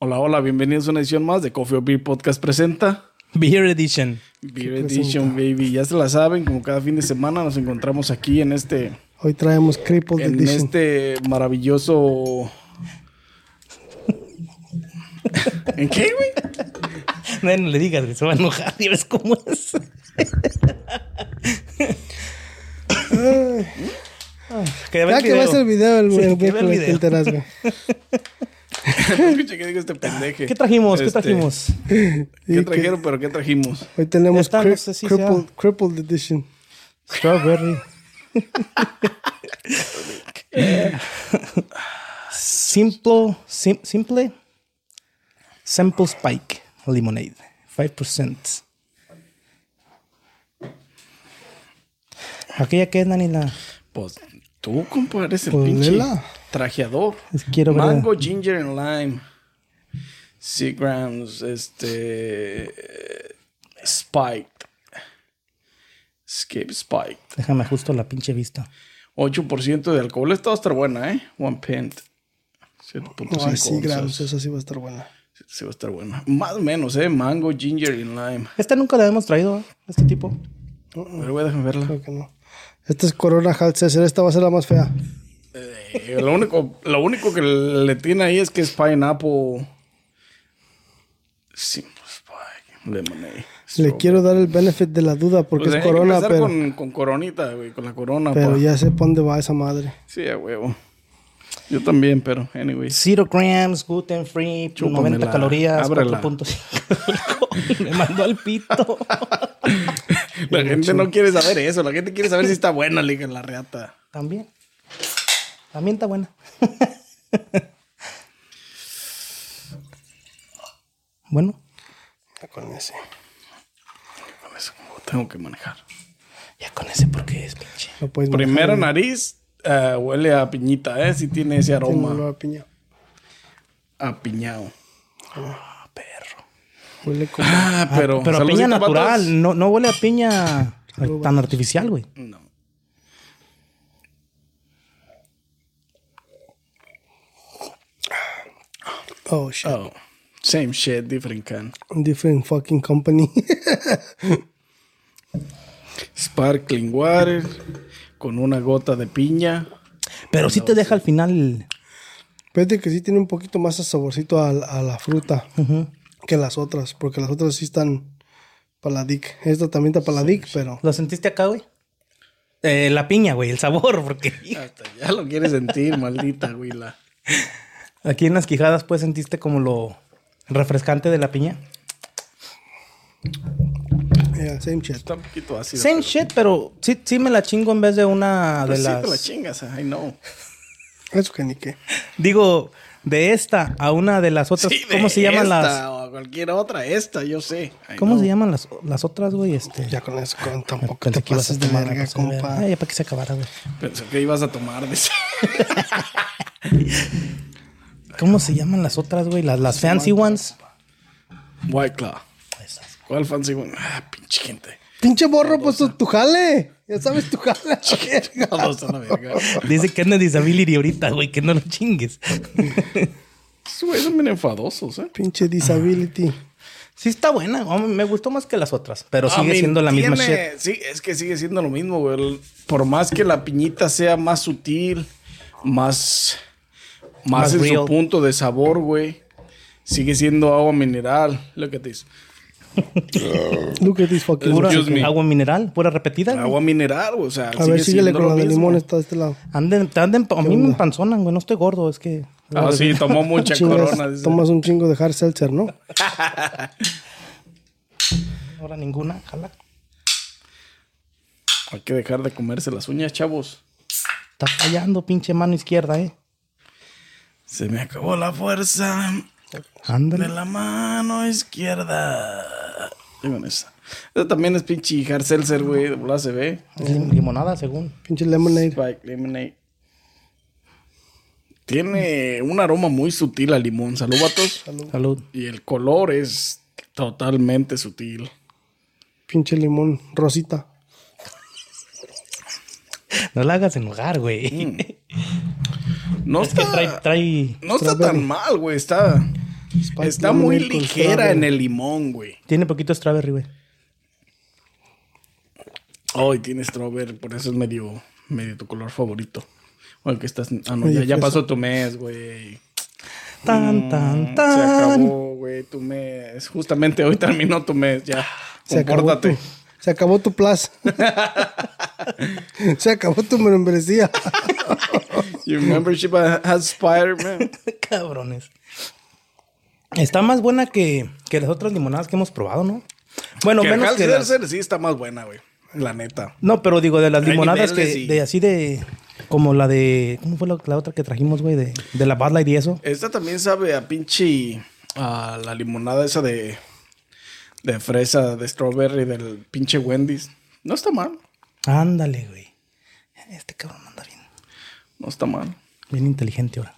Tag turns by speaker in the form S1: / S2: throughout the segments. S1: Hola, hola, bienvenidos a una edición más de Coffee or Beer Podcast presenta
S2: Beer Edition.
S1: Beer Edition, baby. Ya se la saben, como cada fin de semana nos encontramos aquí en este,
S3: Hoy traemos Crippled
S1: en
S3: Edition.
S1: este maravilloso. ¿En qué, güey?
S2: No, no le digas, güey, se va a enojar, ya ves cómo es. que
S3: Ya que ves el video, el
S2: Sí,
S3: güey,
S2: que
S3: güey,
S2: vea el
S3: güey, te
S2: video.
S3: enteras, güey.
S1: Escucha que digo este pendeje.
S2: ¿Qué trajimos?
S1: Este,
S2: ¿Qué trajimos?
S1: ¿Qué
S3: Y que-
S1: trajeron, pero qué trajimos?
S3: Hoy tenemos
S2: Esta no
S3: cri-
S2: sé si
S3: crippled,
S2: sea.
S3: crippled Edition.
S2: Strawberry. simple, sim- simple, simple spike lemonade, 5%. Aquella que es, Danila.
S1: Pues tú, compa, eres el
S3: Pues,
S1: pinche
S3: lela.
S1: trajeador.
S2: Es que quiero ver-
S1: Mango, ginger and lime. Seagrams, este. eh, Spiked. Skip spiked.
S2: Déjame justo la pinche vista.
S1: 8% de alcohol. Esta va a estar buena, ¿eh? One pint. 7.5
S3: Ay, sí,
S1: onzas.
S3: gramos, esa sí va a estar buena.
S1: Sí, va a estar buena. Más o menos, ¿eh? Mango, ginger and lime.
S2: Esta nunca la hemos traído, ¿eh? este tipo.
S1: Pero voy a dejar verla.
S3: Creo que no. Esta es Corona Hard César, esta va a ser la más fea.
S1: Eh, lo, único, lo único que le tiene ahí es que es pineapple. pues, Simple spike. Lemonade.
S3: Le quiero dar el benefit de la duda porque
S1: Pues hay
S3: es
S1: que
S3: Corona,
S1: empezar
S3: pero,
S1: Con, con coronita, güey, con la corona.
S3: pero
S1: pa.
S3: ya sé para dónde va esa madre.
S1: Sí, a huevo. Yo también, pero, anyways.
S2: Zero grams, gluten free,
S1: Chúpamela,
S2: 90 calorías,
S1: ábrela.
S2: 4.5. Me mandó al pito.
S1: La gente no quiere saber eso. La gente quiere saber si está buena, liga, la reata.
S2: También. También está buena. bueno,
S3: Ya Con ese.
S1: Con eso, ¿cómo tengo que manejar.
S2: ya con ese porque es pinche.
S3: No puedes
S1: Primera nariz eh, huele a piñita, ¿eh? Sí tiene ese
S3: manejar,
S1: aroma
S3: no, no, piña.
S1: a piñao. Ah, perro.
S3: Huele como
S1: Ah, pero.
S2: Pero a
S1: Saludcita,
S2: piña
S1: vatos.
S2: natural, no, no huele a piña tan artificial, güey.
S1: No.
S3: Oh shit.
S1: Oh. Same shit, different can.
S3: Different fucking company.
S1: Sparkling water con una gota de piña.
S2: Pero sí te deja al final.
S3: Fíjate que sí tiene un poquito más de saborcito a, a la fruta que las otras, porque las otras sí están paladic. Esta también está paladic, pero
S2: ¿Lo sentiste acá, güey? Eh, la piña, güey, el sabor, porque hijo,
S1: Hasta ya lo quieres sentir, maldita güila.
S2: aquí en las quijadas, pues sentiste como lo refrescante de la piña.
S3: yeah, same shit.
S1: Está un poquito ácido.
S2: Same shit, pero sí, sí me la chingo en vez de una
S1: Pero
S2: de
S1: pues sí
S2: las.
S1: te la chingas, I know.
S3: Eso que ni qué.
S2: Digo, de esta a una de las otras.
S1: Sí, de
S2: ¿Cómo se llaman
S1: esta
S2: las?
S1: O a cualquier otra, esta, yo sé. I
S2: ¿Cómo
S1: know.
S2: se llaman las, las otras, güey? Este.
S3: Ya con eso, con tampoco
S2: Pensé
S3: te
S2: que ibas a
S3: pases de
S2: tomar,
S3: verga,
S2: pues,
S3: compa.
S2: Ay, ya para que se acabara, güey.
S1: Pensé que ibas a tomar de esa.
S2: ¿Cómo se llaman las otras, güey? Las, las fancy ones.
S1: White Claw.
S2: Esas.
S1: ¿Cuál fancy one? Ah, pinche gente.
S3: Pinche borro, pues tu, tu jale. Ya sabes, tu jale. a la verga.
S1: Todos a la verga.
S2: Dice que anda disability ahorita, güey, que no lo chingues.
S1: Esos güeyes son bien enfadosos, ¿eh?
S3: Pinche disability.
S2: Sí está buena, a mí me gustó más que las otras, pero
S1: I
S2: sigue
S1: mean,
S2: siendo la misma shit.
S1: Ah, tiene- Sí, es que sigue siendo lo mismo, güey. El- Por más que la piñita sea más sutil, más. Más,
S2: Más
S1: en su
S2: real.
S1: punto de sabor, güey. Sigue siendo agua mineral. Look at this.
S3: Look at this fucking.
S2: Pura
S1: Excuse me.
S2: agua mineral, pura repetida. güey.
S1: Agua mineral, güey. O sea,
S3: A ver,
S1: siendo
S3: síguele con
S1: lo
S3: la de
S1: mismo.
S3: limón, está de este lado.
S2: Anden, te anden, a mí me empanzonan, güey. No estoy gordo, es que.
S1: Ah, sí, tomó mucha
S3: Chingas,
S1: corona. dice.
S3: tomas un chingo de hard seltzer, ¿no?
S2: Ahora ninguna, jala.
S1: Hay que dejar de comerse las uñas, chavos.
S2: Está fallando, pinche mano izquierda, eh.
S1: Se me acabó la fuerza de
S2: Ándale.
S1: la mano izquierda. Yo con esa. Esa también es pinche hard seltzer, güey. De volada se ve.
S2: Es lim- limonada, según.
S3: Pinche lemonade.
S1: Spike lemonade. Tiene un aroma muy sutil a limón. Salud, vatos.
S2: Salud.
S1: Y el color es totalmente sutil.
S3: Pinche limón rosita.
S2: No la hagas enojar, güey.
S1: No
S2: Es que
S1: está,
S2: trae, trae.
S1: no está tan mal, güey. Está,
S3: Spike
S1: Está
S3: lemon
S1: muy
S3: con
S1: ligera
S3: strawberry.
S1: en el limón, güey.
S2: Tiene poquito strawberry, güey.
S1: Ay, tiene strawberry, por eso es medio, medio tu color favorito. Bueno, que estás. Ah, no,
S3: Oye, pues,
S1: ya,
S3: eh.
S1: ya
S3: fresa.
S1: pasó tu mes, güey. Mm,
S2: Tan, tan,
S1: Se
S2: tan.
S1: acabó, güey, tu mes. Justamente hoy terminó tu mes, ya.
S3: Se acabó, tu,
S1: Compórtate.
S3: se acabó tu plaza. se acabó tu membresía.
S1: Your membership has expired, man.
S2: Cabrones. Está más buena que, que las otras limonadas que hemos probado, ¿no? Bueno,
S1: que
S2: menos
S1: menos
S2: que las-
S1: sí está más buena, güey. La neta.
S2: No, pero digo, de las
S1: Hay
S2: limonadas que
S1: niveles y-
S2: de así de. Como la de. ¿Cómo fue la, la otra que trajimos, güey? De, de la Bad Light y eso.
S1: Esta también sabe a pinche. A la limonada esa de. De fresa, de strawberry, del pinche Wendy's. No está mal.
S2: Ándale, güey. Este cabrón anda bien.
S1: No está mal.
S2: Bien inteligente ahora.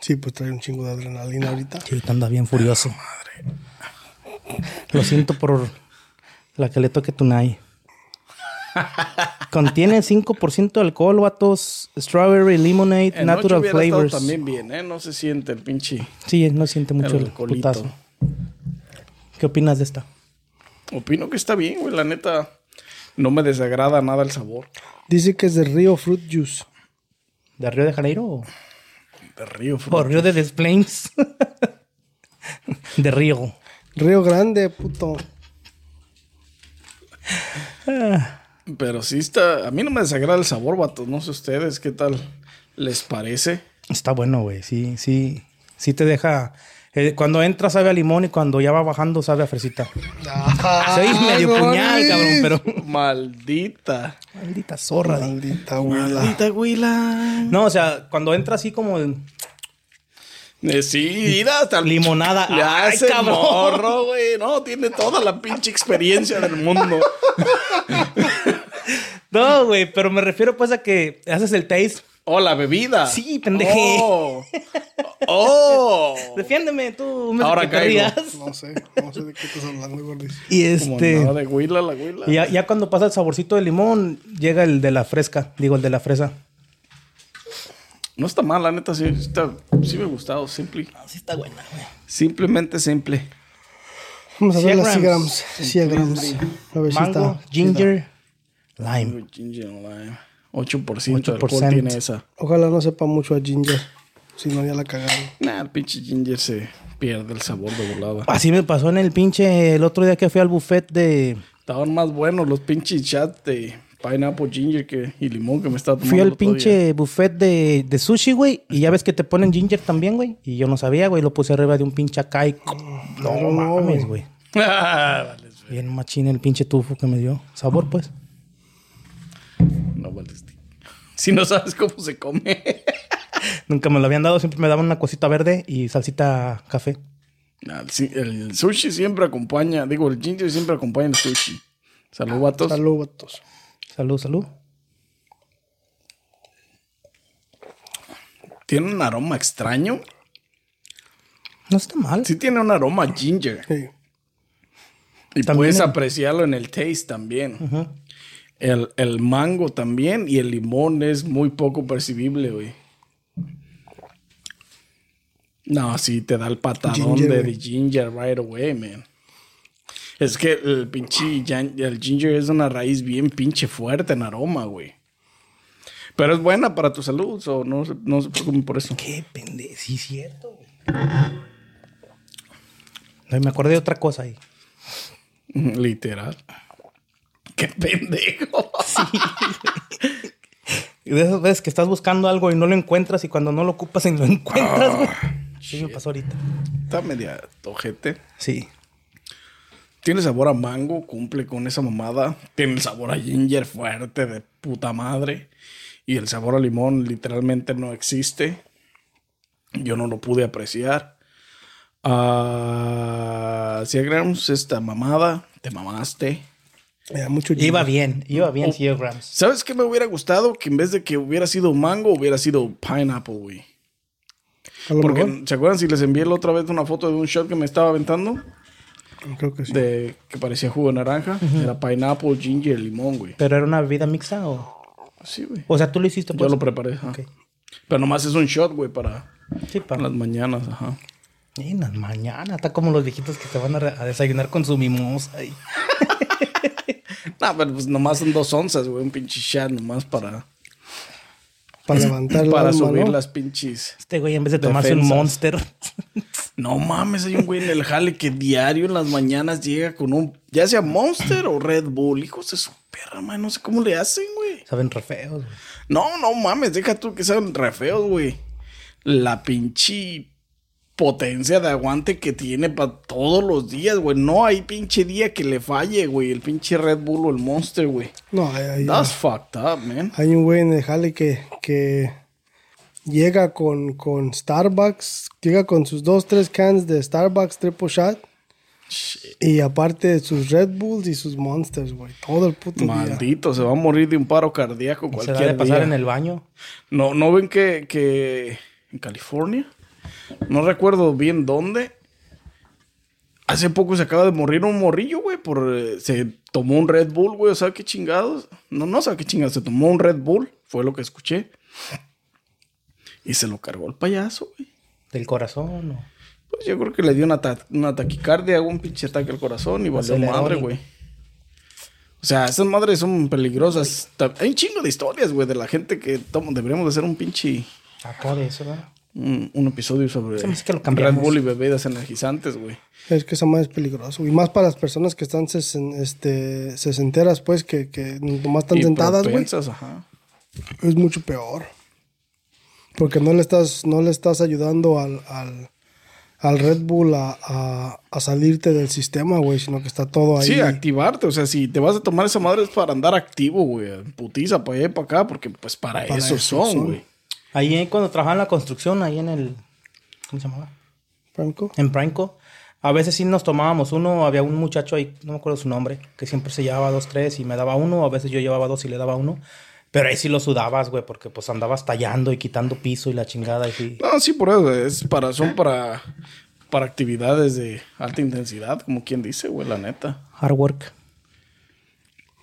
S3: Sí, pues trae un chingo de adrenalina ahorita.
S2: Sí, ahorita anda bien furioso. Lo siento por la que le toque Tunay. Contiene 5% de alcohol, vatos. Strawberry, lemonade,
S1: En
S2: natural
S1: noche hubiera estado
S2: flavors.
S1: también bien, ¿eh? No se siente el pinche.
S2: Sí, no siente mucho
S1: El
S2: el,
S1: alcoholito.
S2: putazo. ¿Qué opinas de esta?
S1: Opino que está bien, güey. La neta. No me desagrada nada el sabor.
S3: Dice que es de Río Fruit Juice.
S2: ¿De Río de Janeiro o,
S1: De río, fruto.
S2: o Río de Des Plaines? de Río.
S3: Río Grande, puto.
S1: Pero sí está. A mí no me desagrada el sabor, vatos. No sé ustedes qué tal les parece.
S2: Está bueno, güey. Sí, sí. Sí te deja. eh, cuando entra sabe a limón y cuando ya va bajando sabe a fresita.
S1: Ah,
S2: Soy medio
S3: no
S2: puñal,
S3: mames.
S2: cabrón, pero.
S1: Maldita.
S2: Maldita zorra. de-
S3: Maldita abuela.
S1: güila.
S2: No, o sea, cuando entra así como en
S1: Eh, sí, mira, hasta el
S2: limonada.
S1: Le
S2: ¡Ay,
S1: hace
S2: cabrón!
S1: morro, güey. No, tiene toda la pinche experiencia del mundo.
S2: No, güey, pero me refiero pues a que haces el taste.
S1: Oh, la bebida.
S2: Sí, pendeje.
S1: Oh. Oh.
S2: Defiéndeme, tú me
S1: Ahora
S2: secretarías.
S3: No sé, no sé de qué estás hablando, gordis.
S2: Y
S1: Como
S2: este.
S1: nada de huila, la huila.
S2: y ya, ya cuando pasa el saborcito de limón, llega el de la fresca. Digo, el de la fresa.
S1: No está mal, la neta, sí, está, sí me ha gustado. Simple.
S2: Así Ah, está buena, güey.
S1: Simplemente simple.
S3: Vamos a ver
S2: 100
S3: las 100
S2: grams.
S3: grams. 100 grams. A ver si
S2: Mango,
S3: está.
S2: ginger, lime.
S1: Uy, ginger lime. 8%, de
S2: 8%.
S1: alcohol tiene esa.
S3: Ojalá no sepa mucho a ginger. Si no, ya la cagaron.
S1: Nah, el pinche ginger se pierde el sabor de volada.
S2: Así me pasó en el pinche el otro día que fui al buffet de
S1: Estaban más buenos los pinches chats de pineapple ginger que, y limón que me estaba tomando.
S2: fui
S1: el
S2: al
S1: otro día.
S2: pinche buffet de, de sushi, güey, y ya ves que te ponen ginger también, güey, y yo no sabía, güey, lo puse arriba de un pinche acá y no,
S3: no,
S2: mames, güey.
S1: Ah, vale.
S2: Bien machín el pinche tufo que me dio. Sabor, pues.
S1: No vales. tío. Si no sabes cómo se come.
S2: Nunca me lo habían dado, siempre me daban una cosita verde y salsita café.
S1: Nah, el si- el sushi siempre acompaña, digo, el ginger siempre acompaña el sushi.
S2: Ah,
S1: Salud, vatos.
S3: Salud, vatos.
S2: Salud, salud.
S1: Tiene un aroma extraño.
S2: No está mal.
S1: Sí tiene un aroma a ginger.
S3: Sí.
S1: Y
S2: También
S1: puedes
S2: el-
S1: apreciarlo en el taste también. el, el mango también y el limón es muy poco percibible, güey. No, sí, te da el patadón
S3: Ginger,
S1: de
S3: güey.
S1: the ginger right away, man. Es que el pinche yan- el ginger es una raíz bien pinche fuerte en aroma, güey. Pero es buena para tu salud, so no, se- no se preocupen por eso.
S2: Qué pendejo, sí, cierto, güey. Ay, Me acordé de otra cosa ahí.
S1: Literal. Qué pendejo.
S2: Y de esas veces que estás buscando algo y no lo encuentras y cuando no lo ocupas y lo encuentras, güey.
S1: Ah,
S2: Sí, me pasó ahorita.
S1: Está media tojete.
S2: Sí.
S1: Tiene sabor a mango, cumple con esa mamada. Tiene el sabor a ginger fuerte de puta madre. Y el sabor a limón literalmente no existe. Yo no lo pude apreciar. Ah, 100 gramos esta mamada. Te mamaste.
S3: Me da mucho ginger.
S2: Iba bien, iba
S1: Oh.
S2: bien, Sir Grams.
S1: ¿Sabes qué me hubiera gustado? Que en vez de que hubiera sido mango, hubiera sido pineapple, güey.
S3: A lo
S1: Porque,
S3: mejor.
S1: ¿se acuerdan si les envié la otra vez una foto de un shot que me estaba aventando?
S3: Creo que sí.
S1: De que parecía jugo de naranja. Era pineapple, ginger, limón, güey.
S2: ¿Pero era una bebida mixta o...?
S1: Sí, güey.
S2: O sea, tú lo hiciste
S1: Yo
S2: pues?
S1: lo preparé. ajá.
S2: Ok.
S1: Pero nomás es un shot, güey, para
S2: Sí,
S1: para
S2: para...
S1: las mañanas, ajá.
S2: Y en las mañanas, está como los viejitos que te van a, re- a desayunar con su mimosa. y-
S1: No, pero pues nomás son dos onzas, güey. Un pinche shot nomás para,
S3: Para levantar
S1: para
S3: el alma,
S1: subir
S3: ¿no?
S1: las pinches.
S2: Este güey, en vez de tomarse un
S1: Defensas.
S2: monster,
S1: No mames, hay un güey en el jale que diario en las mañanas llega con un, ya sea Monster o Red Bull. Hijos de su perra, man. No sé cómo le hacen, güey.
S2: saben re feos. güey.
S1: No, no mames, deja tú que sean re feos, güey. La pinche potencia de aguante que tiene para todos los días, güey. No hay pinche día que le falle, güey. El pinche Red Bull o el Monster, güey.
S3: No, hay, hay-
S1: That's fucked up, man.
S3: hay un güey en el jale que, que llega con, con Starbucks, llega con sus dos, tres cans de Starbucks triple shot. Y aparte sus Red Bulls y sus Monsters, güey. Todo el puto día.
S1: Maldito, se va a morir de un paro cardíaco
S2: Se da de
S1: cualquier
S2: pasar
S1: día.
S2: en el baño.
S1: No, ¿no ven que, que en California, no recuerdo bien dónde, hace poco se acaba de morir un morrillo, güey, por... eh, se tomó un Red Bull, güey, o sea, qué chingados. No, no, o sea, qué chingados, se tomó un Red Bull, fue lo que escuché. Y se lo cargó el payaso, güey.
S2: Del corazón. o-
S1: Pues yo creo que le dio una, ta- una taquicardia, un pinche ataque al corazón y valió
S2: Acelerón
S1: madre,
S2: y-
S1: güey. O sea, esas madres son peligrosas. Ta- Hay un chingo de historias, güey, de la gente que toma- deberíamos de hacer un pinche...
S2: Sacó de eso, ¿verdad?
S1: Un, un episodio sobre
S2: Se me hace que lo
S1: Red
S2: cambiamos.
S1: Bull y bebidas energizantes, güey.
S3: Es que esa madre es peligroso. Y más para las personas que están sesen- este, sesenteras, pues, que, que nomás están
S1: Y
S3: sentadas, güey.
S1: propensas, ajá.
S3: Es mucho peor. Porque no le estás, no le estás ayudando al, al, al Red Bull a, a- a salirte del sistema, güey, sino que está todo ahí.
S1: Sí, activarte. O sea, si te vas a tomar esa madre es para andar activo, güey. Putiza para allá y para acá, porque pues para,
S3: Para
S1: eso,
S3: eso
S1: son,
S3: son.
S1: güey.
S2: Ahí eh, cuando trabajaba en la construcción, ahí en el... ¿Cómo se llamaba?
S3: Franco.
S2: En Branco. A veces sí nos tomábamos uno, había un muchacho ahí, no me acuerdo su nombre, que siempre se llevaba dos, tres y me daba uno, a veces yo llevaba dos y le daba uno. Pero ahí sí lo sudabas, güey, porque pues andabas tallando y quitando piso y la chingada y sí.
S1: No, sí, por eso. Es para, son para, para actividades de alta intensidad, como quien dice, güey, la neta.
S2: Hard work.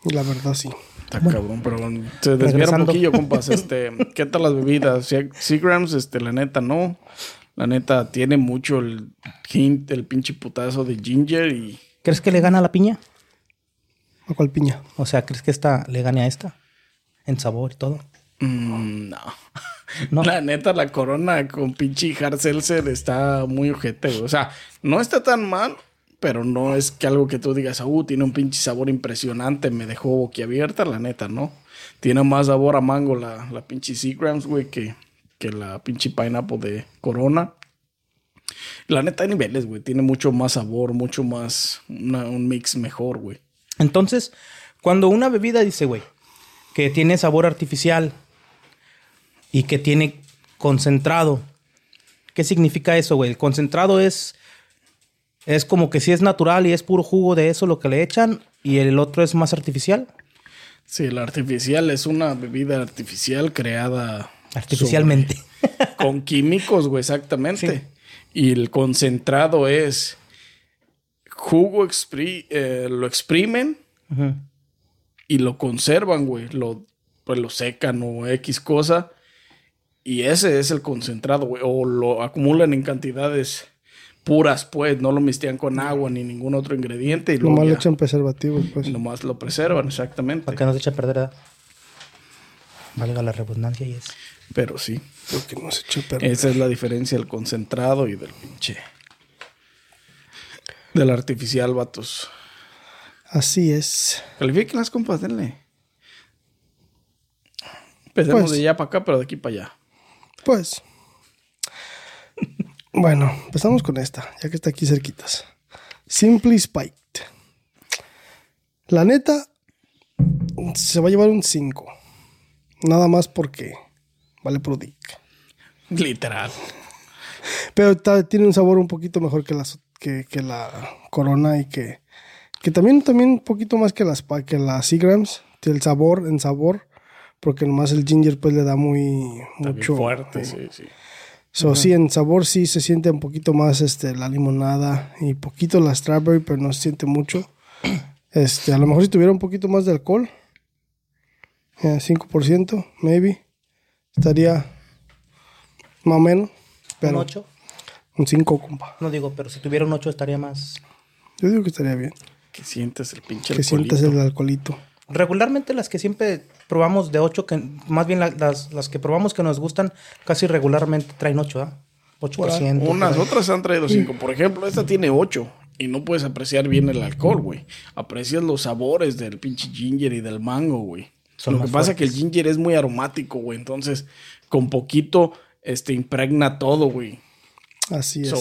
S3: La verdad, sí.
S1: Está cabrón, pero se desvía un
S2: regresando.
S1: poquillo, compas. Este, ¿qué tal las bebidas? Se- Seagrams, este, la neta, no. La neta, tiene mucho el hint, el pinche putazo de ginger y...
S2: ¿Crees que le gana a la piña?
S3: ¿A cuál piña?
S2: O sea, ¿crees que esta le gane a esta? En sabor y todo.
S1: Mm, no.
S2: No.
S1: La neta, la corona con pinche hard seltzer está muy ojete, güey. O sea, no está tan mal, pero no es que algo que tú digas, uh, tiene un pinche sabor impresionante, me dejó boquiabierta, la neta, ¿no? Tiene más sabor a mango la, la pinche Seagrams, güey, que, que la pinche pineapple de corona. La neta, hay niveles, güey. Tiene mucho más sabor, mucho más, una- un mix mejor, güey.
S2: Entonces, cuando una bebida dice, güey, que tiene sabor artificial y que tiene concentrado, ¿qué significa eso, güey? El concentrado es, es como que si es natural y es puro jugo de eso lo que le echan y el otro es más artificial,
S1: Sí, la artificial es una bebida artificial creada
S2: artificialmente.
S1: sobre- con químicos, güey, exactamente. Y el concentrado es jugo, expri- eh, lo exprimen
S2: Ujú.
S1: y lo conservan, güey. Lo, pues lo secan o X cosa. Y ese es el concentrado, güey. O lo acumulan en cantidades puras, pues. No lo mistean con agua ni ningún otro ingrediente. Y luego
S3: Nomás le
S1: ya
S3: echan preservativos, pues.
S1: nomás lo preservan, exactamente.
S2: Para que no se eche a perder. ¿verdad? Valga la redundancia y es.
S1: Pero sí.
S3: Porque no se echa a perder.
S1: Esa es la diferencia del concentrado y del pinche. Del artificial, vatos.
S3: Así es.
S1: Califiquen las compas, denle. Empecemos
S3: Pues.
S1: de allá para acá, pero de aquí para allá.
S3: Pues. Bueno, empezamos con esta, ya que está aquí cerquitas. Simply Spiked. La neta se va a llevar un 5. Nada más porque vale por Dick.
S1: Literal.
S3: Pero ta- tiene un sabor un poquito mejor que, las, que, que la Corona y que, que también, también un poquito más que las, pa- que las Seagrams. El sabor, en sabor, porque nomás el ginger pues le da muy
S1: Está bien
S3: mucho
S1: fuerte, sí, sí.
S3: So, sí, en sabor sí se siente un poquito más este, la limonada y poquito la strawberry, pero no se siente mucho. Este, a lo mejor si tuviera un poquito más de alcohol, eh, 5%, maybe, estaría más o menos.
S2: ¿Un
S3: Pero
S2: 8?
S3: Un 5, compa.
S2: No digo, pero si tuviera un 8 estaría más.
S3: Yo digo que estaría bien.
S1: Que sientes el pinche
S3: Que sientas el
S1: alcoholito.
S3: alcoholito.
S2: Regularmente las que siempre probamos de 8, que más bien la- las, las que probamos que nos gustan, casi regularmente traen 8, ¿ah? 8%.
S1: Unas
S2: por ahí.
S1: otras han traído cinco. Por ejemplo, esta tiene ocho. Y no puedes apreciar bien el alcohol, güey. Aprecias los sabores del pinche ginger y del mango, güey.
S2: Son
S1: Lo que
S2: más
S1: pasa es que el ginger es muy aromático, güey. Entonces, con poquito, este, impregna todo, güey.
S3: Así es.
S1: So,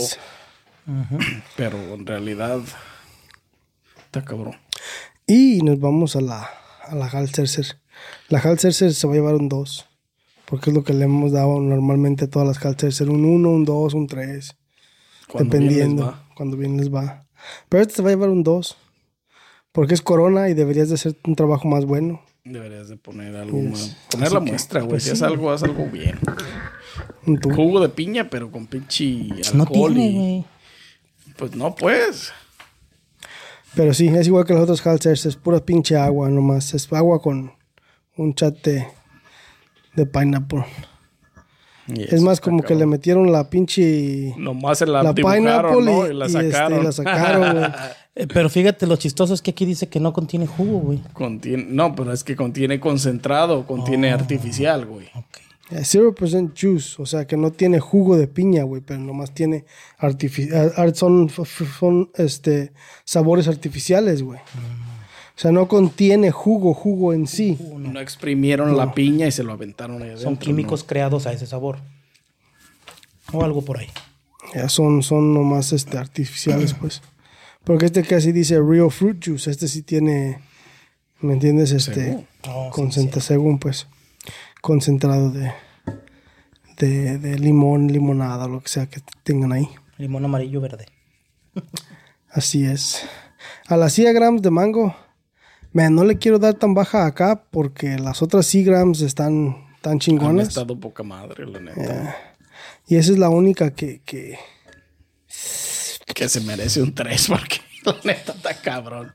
S1: Pero en realidad, está cabrón.
S3: Y nos vamos a la, a la Halserser. La Halserser se va a llevar un 2. Porque es lo que le hemos dado normalmente a todas las Halserser. Un 1, un 2, un 3.
S1: Cuando bien les
S3: Dependiendo.
S1: va.
S3: Cuando bien les va. Pero este se va a llevar un 2. Porque es corona y deberías de hacer un trabajo más bueno.
S1: Deberías de poner algo
S2: Pues,
S1: más. Poner la muestra, güey. Si haz algo, haz algo bien.
S3: Un tú.
S1: Jugo de piña, pero con pinche
S2: Pues No
S1: alcohol.
S2: tiene,
S1: y-
S2: güey.
S1: Pues no, pues.
S3: Pero sí, es igual que las otras Halsers. Es pura pinche agua nomás. Es agua con un chat de, de pineapple.
S1: Y
S3: es
S1: eso
S3: más
S1: está
S3: como que le
S1: cabrón.
S3: metieron la pinche...
S1: Nomás se la,
S3: La
S1: dibujaron,
S3: pineapple
S1: ¿no?
S3: y,
S1: Y la
S3: y, este, y
S1: sacaron.
S3: la sacaron, güey.
S2: Eh, Pero fíjate, lo chistoso es que aquí dice que no contiene jugo, güey.
S1: Contiene- no, pero es que contiene concentrado, contiene artificial, güey.
S2: Ok.
S3: Eh, 0% juice, o sea que no tiene jugo de piña, güey, pero nomás tiene artifi- ar- ar- son, f- f- son, este, sabores artificiales, güey. O sea, no contiene jugo, jugo en sí.
S1: No exprimieron la piña y se lo aventaron ahí
S2: Son
S1: adentro,
S2: químicos creados a ese sabor. O algo por ahí.
S3: Ya son, son nomás este, artificiales, pues. Porque este casi dice real fruit juice, este sí tiene, ¿me entiendes? Este,
S2: Oh, sí,
S3: concentra, según pues, concentrado de, de, de limón, limonada, lo que sea que tengan ahí.
S2: Limón amarillo verde.
S3: Así es. A las 100 grams de mango, man, no le quiero dar tan baja acá porque las otras 100 grams están
S1: ¿no?
S3: tan
S1: Han
S3: chingonas.
S1: estado poca madre, la neta.
S3: Y esa es la única que, que
S1: Que se merece un 3 porque la neta está cabrón.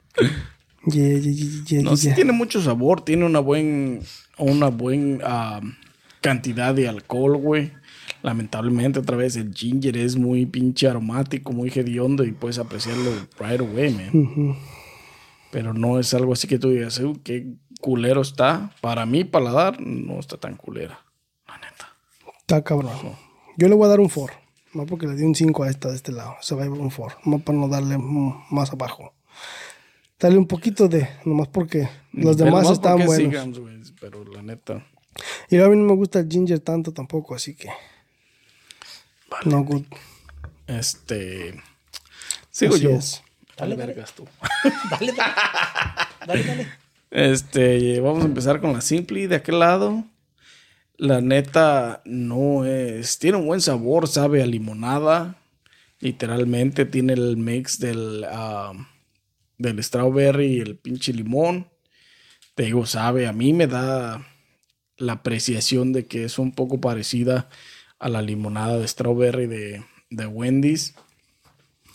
S3: ye- ye- ye- ye-
S1: No, sí
S3: ye-
S1: tiene mucho sabor, tiene una buen, una buen am, cantidad de alcohol, güey. Lamentablemente, otra vez, el ginger es muy pinche aromático, muy hediondo y puedes apreciarlo right away, man. Pero no es algo así que tú digas, "Uh, qué culero está. Para mi paladar, no está tan culera, la neta.
S3: está cabrón. Yo le voy a dar un 4. Más porque le di un 5 a esta de este lado. Se va a llevar un 4. Más para no darle mm, más abajo. Dale un poquito de, nomás porque los
S1: Pero
S3: demás
S1: más
S3: están
S1: porque
S3: buenos.
S1: sí, Grams, güey, pero la neta,
S3: Y luego a mí no me gusta el ginger tanto tampoco, así que. No good.
S1: este... Sigo
S3: Así
S1: yo.
S3: es.
S1: Dale, vergas tú.
S2: Dale, dale. Dale, dale.
S1: Este, vamos a empezar con la Simply de aquel lado. La neta no es. Tiene un buen sabor, sabe a limonada. Literalmente tiene el mix del, ah, del strawberry y el pinche limón. Te digo, sabe. A mí me da la apreciación de que es un poco parecida a la limonada de strawberry de, de Wendy's.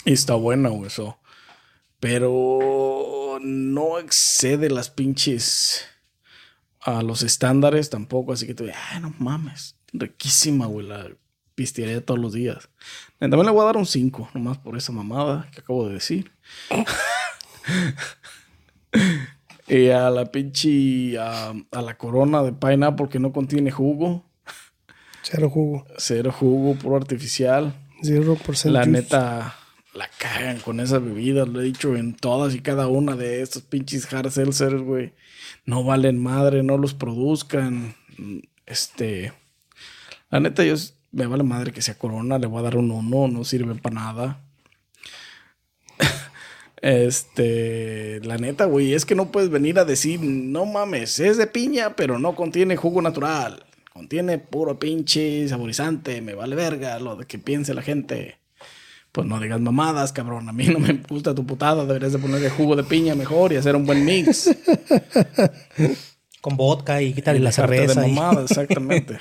S1: Y está buena, güey. so. Pero no excede las pinches a los estándares tampoco. Así que te digo, ah, no mames. Riquísima, güey. La pistearía todos los días. También le voy a dar un 5, nomás por esa mamada que acabo de decir. y a la pinche. A, a la corona de pineapple que no contiene jugo.
S3: Cero jugo.
S1: Cero jugo, puro artificial.
S3: 0%
S1: La
S3: juice.
S1: neta, la cagan con esas bebidas. Lo he dicho en todas y cada una de estos pinches hard seltzers, güey. No valen madre, no los produzcan. Este. La neta, yo s- me vale madre que sea corona. Le voy a dar un uno, no sirve para nada. Este, la neta, güey, es que no puedes venir a decir, no mames, es de piña, pero no contiene jugo natural. Contiene puro pinche saborizante, me vale verga lo de que piense la gente. Pues no digas mamadas, cabrón, a mí no me gusta tu putada, deberías de ponerle jugo de piña mejor y hacer un buen mix.
S2: Con vodka y quitarle la
S1: Dejarte de
S2: cerveza. y-
S1: mamadas, exactamente.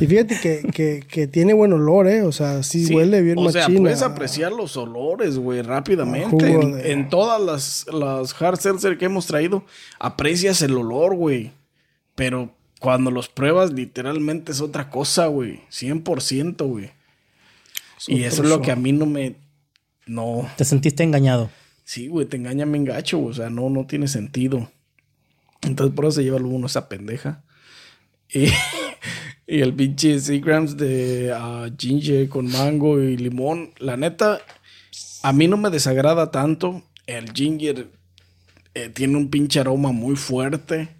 S3: Y fíjate que, que, que tiene buen olor, ¿eh? O sea, sí,
S1: Sí,
S3: huele bien
S1: O sea,
S3: machina.
S1: puedes apreciar los olores, güey, rápidamente.
S3: Jugo
S1: En,
S3: de-
S1: en todas las, las hard seltzer que hemos traído, aprecias el olor, güey. Pero cuando los pruebas, literalmente es otra cosa, güey. 100%, güey. Y eso es lo que a mí no me. No.
S2: Te sentiste engañado.
S1: Sí, güey, te engaña mi gacho, güey, o sea, no, no tiene sentido. Entonces por eso se lleva el uno esa pendeja. Y, y el pinche Seagrams de ah, ginger con mango y limón. La neta, a mí no me desagrada tanto. El ginger eh, tiene un pinche aroma muy fuerte.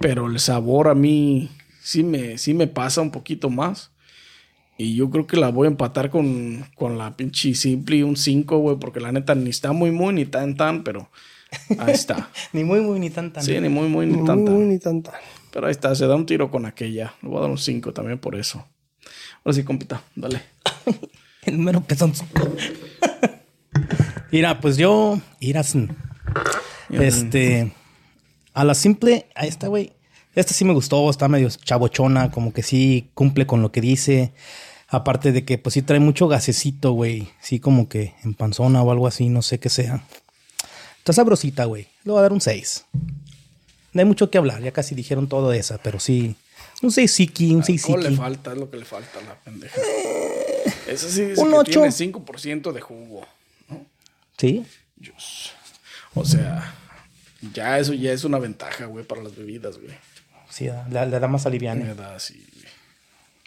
S1: Pero el sabor a mí sí me, sí me pasa un poquito más. Y yo creo que la voy a empatar con, con la pinche simple, un 5, güey, porque la neta ni está muy, muy, ni tan, tan, pero ahí está.
S2: Ni muy, muy, ni tan, tan.
S1: Sí, ni muy, muy,
S3: Ni
S1: ni tan,
S3: muy,
S1: tan.
S3: ni tanta.
S1: Pero ahí está, se da un tiro con aquella. Le voy a dar un 5 también por eso. Ahora sí, compita, dale.
S2: El mero pezón. Mira, pues yo. Mira, sin- este. A la simple. A esta, güey. Esta sí me gustó. Está medio chabochona. Como que sí cumple con lo que dice. Aparte de que, pues sí trae mucho gasecito, güey. Sí, como que en panzona o algo así. No sé qué sea. Está sabrosita, güey. Le voy a dar un 6. No hay mucho que hablar. Ya casi dijeron todo de esa, pero sí. Un 6 siki, un 6
S1: ¿Cómo le
S2: siki.
S1: falta? Es lo que le falta a la pendeja. Eso sí dice
S2: un
S1: que
S2: ocho.
S1: tiene 5% de jugo.
S2: Sí.
S1: O sea, ya eso ya es una ventaja, güey, para las bebidas, güey.
S2: Sí, la, la da más aliviana.
S1: Me da así, güey.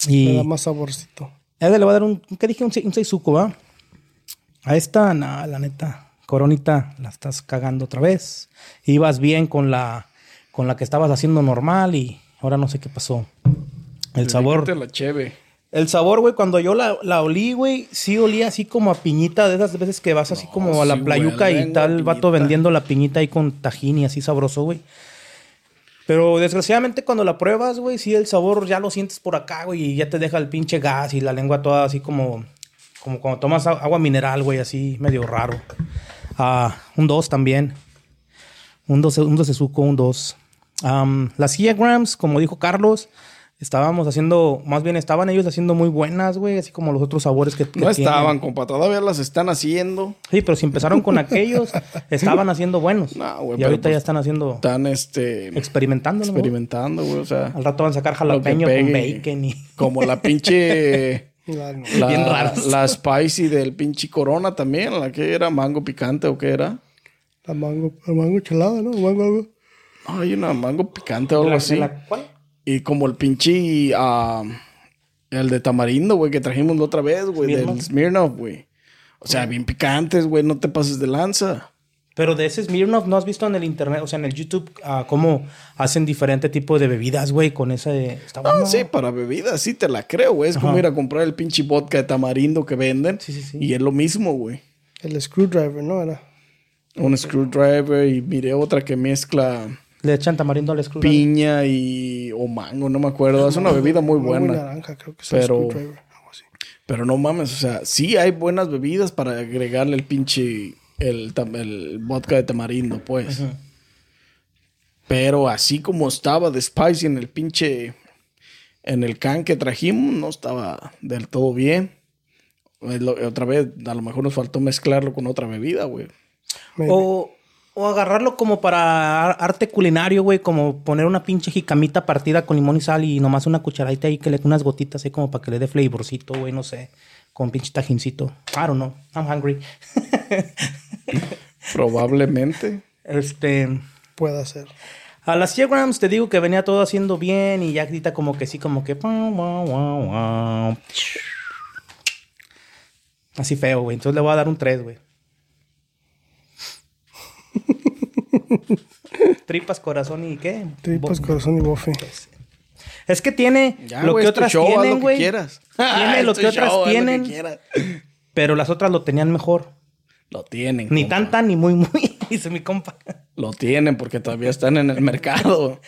S2: Y...
S3: Le da más saborcito.
S2: A esta le voy a dar un. ¿Qué dije? Un, sei- un seisuco, ¿va? A esta, nada, la neta. Coronita, la estás cagando otra vez. Ibas bien con la, con la que estabas haciendo normal y ahora no sé qué pasó. El
S1: Dedícate
S2: sabor.
S1: a la cheve.
S2: El sabor, güey, cuando yo la, la olí, güey, sí olía así como a piñita, de esas veces que vas así como a la
S1: sí,
S2: playuca
S1: güey,
S2: y
S1: lengua,
S2: tal, el vato
S1: piñita.
S2: vendiendo la piñita ahí con tajín y así sabroso, güey. Pero desgraciadamente cuando la pruebas, güey, sí el sabor ya lo sientes por acá, güey, y ya te deja el pinche gas y la lengua toda así como, como cuando tomas a- agua mineral, güey, así medio raro. Ah, un 2 también. Un 2 un dos de suco, un 2. las Grams, como dijo Carlos, estábamos haciendo, más bien estaban ellos haciendo muy buenas, güey, así como los otros sabores que que
S1: No
S2: tienen.
S1: estaban, compa. Todavía las están haciendo.
S2: Sí, pero si empezaron con aquellos, estaban haciendo buenos.
S1: No, güey,
S2: y
S1: pero
S2: ahorita
S1: pues-
S2: ya están haciendo,
S1: Están, este,
S2: experimentando. ¿no?
S1: experimentando, güey. O sea,
S2: Al rato van a sacar
S1: Lo que
S2: jalapeño con
S1: pegue.
S2: bacon y...
S1: como la pinche...
S3: La- no.
S1: La,
S2: Bien raros.
S1: la spicy del pinche corona también, la que era mango picante o qué era.
S3: La mango, la mango chelada, ¿no? Mango algo.
S1: No, Hay una mango picante o algo
S2: La-
S1: así.
S2: la- ¿cuál?
S1: Y como el pinche. ah, el de tamarindo, güey, que trajimos la otra vez, güey, del
S2: Smirnoff.
S1: Smirnoff, güey. O sea, bien picantes, güey, no te pases de lanza.
S2: Pero de ese Smirnoff, ¿no has visto en el internet, o sea, en el YouTube, ah, cómo hacen diferente tipo de bebidas, güey, con ese... Está
S1: Ah,
S2: bueno.
S1: sí, para bebidas, sí te la creo, güey. Es como ir a comprar el pinche vodka de tamarindo que venden.
S2: Sí, sí, sí.
S1: Y es lo mismo, güey.
S3: El screwdriver, ¿no? Era.
S1: Un screwdriver y miré otra que mezcla
S2: Le echan tamarindo al screw.
S1: piña y. o mango, no me acuerdo. Es una bebida muy
S3: Mango y
S1: buena.
S3: naranja, creo que es
S1: Pero-
S3: el screwdriver. algo así.
S1: Pero no mames, o sea, sí hay buenas bebidas para agregarle el pinche. el, tam- el vodka de tamarindo, pues. Pero así como estaba de Spicy en el pinche. en el can que trajimos, no estaba del todo bien. Es lo- Otra vez, a lo mejor nos faltó mezclarlo con otra bebida, güey.
S3: Maybe.
S2: O, o agarrarlo como para ar- arte culinario, güey, como poner una pinche jicamita partida con limón y sal y nomás una cucharadita ahí que le unas gotitas ahí como para que le dé flavorcito, güey, no sé, con pinche tajincito. I don't know, I'm hungry.
S1: Probablemente.
S2: Este,
S3: Puede ser.
S2: a las Grams te digo que venía todo haciendo bien y ya grita como que sí, como que pau, guau, guau, guau. Así feo, güey. Entonces le voy a dar un 3, güey. Tripas, corazón y qué?
S3: Tripas, corazón y bofe.
S2: Es que tiene
S1: Ya,
S2: lo
S1: güey,
S2: que
S1: es tu
S2: otras
S1: show, haz
S2: tienen,
S1: lo
S2: güey.
S1: que quieras.
S2: Tiene
S1: Es
S2: lo
S1: tu
S2: que otras
S1: show, haz lo que
S2: tienen,
S1: quieras.
S2: pero las otras lo tenían mejor.
S1: Lo tienen.
S2: Ni
S1: compa.
S2: tanta ni muy muy, dice mi compa.
S1: Lo tienen porque todavía están en el mercado.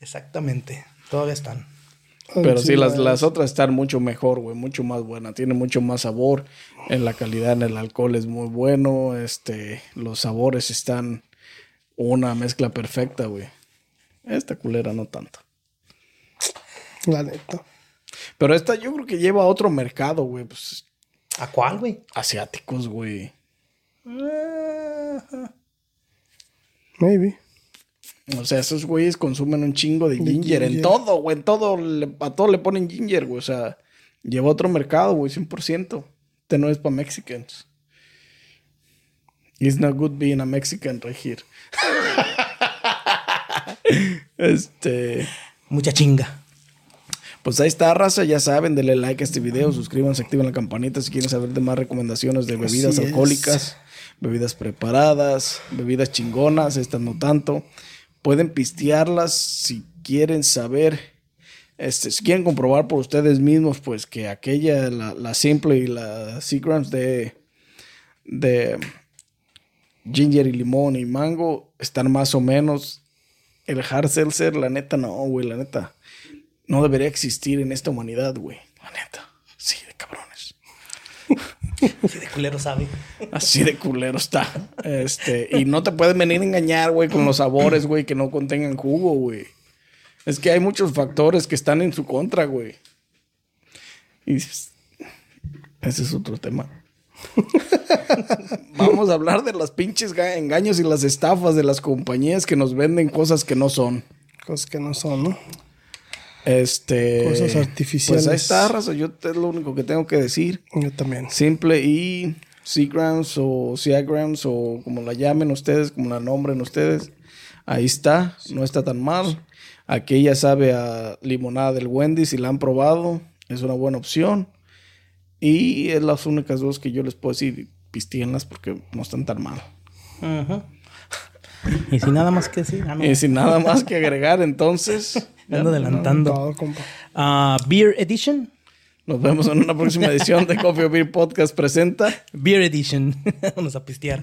S2: Exactamente. Todavía están.
S1: Pero sí, las,
S3: Enchiladas.
S1: las otras están mucho mejor, güey, mucho más buena, tiene mucho más sabor, en la calidad, en el alcohol es muy bueno, este, los sabores están una mezcla perfecta, güey. Esta culera no tanto.
S3: La neta.
S1: Pero esta yo creo que lleva a otro mercado, güey, pues
S2: ¿A cuál, güey?
S1: asiáticos, güey.
S3: Maybe.
S1: O sea, esos güeyes consumen un chingo de ginger, en
S3: ginger.
S1: todo, güey, en todo, le- a todo le ponen ginger, güey, o sea, Lleva a otro mercado, güey, 100%. Este no es para Mexicans. It's not good being a Mexican right here. este.
S2: Mucha chinga.
S1: Pues ahí está, raza. Ya saben, denle like a este video, suscríbanse, activen la campanita si quieren saber de más recomendaciones de bebidas
S3: Así
S1: alcohólicas, bebidas preparadas, bebidas chingonas, estas no tanto. Pueden pistearlas si quieren saber, este, si quieren comprobar por ustedes mismos, pues que aquella, la, la simple y la Seagrams de, de ginger y limón y mango están más o menos. El hard seltzer, la neta, no, güey, la neta no debería existir en esta humanidad, güey. La neta. Sí, de cabrones.
S2: Sí, de culero sabe.
S1: Así de culero está. Este, y no te pueden venir a engañar, güey, con los sabores, güey, que no contengan jugo, güey. Es que hay muchos factores que están en su contra, güey. Y s- ese es otro tema. Vamos a hablar de las pinches ga- engaños y las estafas de las compañías que nos venden cosas que no son.
S3: Cosas que no son, ¿no?
S1: Este.
S3: Cosas artificiales.
S1: Pues ahí está, raza. Yo te- es lo único que tengo que decir.
S3: Yo también.
S1: Simple y Seagrams o Seagrams o como la llamen ustedes, como la nombren ustedes. Ahí está. No está tan mal. Aquella sabe a limonada del Wendy. Si la han probado, es una buena opción. Y es las únicas dos que yo les puedo decir. Pistíenlas porque no están tan mal.
S2: Ujú. Y sin nada más que decir. ah, no.
S1: Y sin nada más que agregar, entonces.
S2: Me Ando adelantando.
S3: Todo, compa.
S2: Ah, Beer Edition.
S1: Nos vemos en una próxima edición de Coffee or Beer Podcast presenta.
S2: Beer Edition. Vamos a pistear.